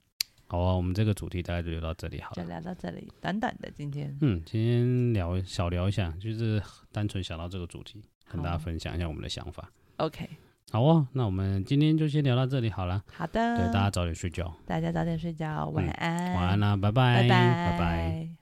[SPEAKER 1] 好啊，我们这个主题大概就聊到这里好
[SPEAKER 2] 就
[SPEAKER 1] 了。
[SPEAKER 2] 聊到这里，短短的今天，
[SPEAKER 1] 嗯，今天聊小聊一下，就是单纯想到这个主题，跟大家
[SPEAKER 2] 好
[SPEAKER 1] 分享一下我们的想法。
[SPEAKER 2] OK，
[SPEAKER 1] 好哦，那我们今天就先聊到这里好了。
[SPEAKER 2] 好
[SPEAKER 1] 对
[SPEAKER 2] 的，，
[SPEAKER 1] 大家早点睡觉，
[SPEAKER 2] 大家早点睡觉，晚安，
[SPEAKER 1] 晚安啦、拜
[SPEAKER 2] 嗯拜
[SPEAKER 1] 拜
[SPEAKER 2] 拜
[SPEAKER 1] 拜拜。
[SPEAKER 2] 拜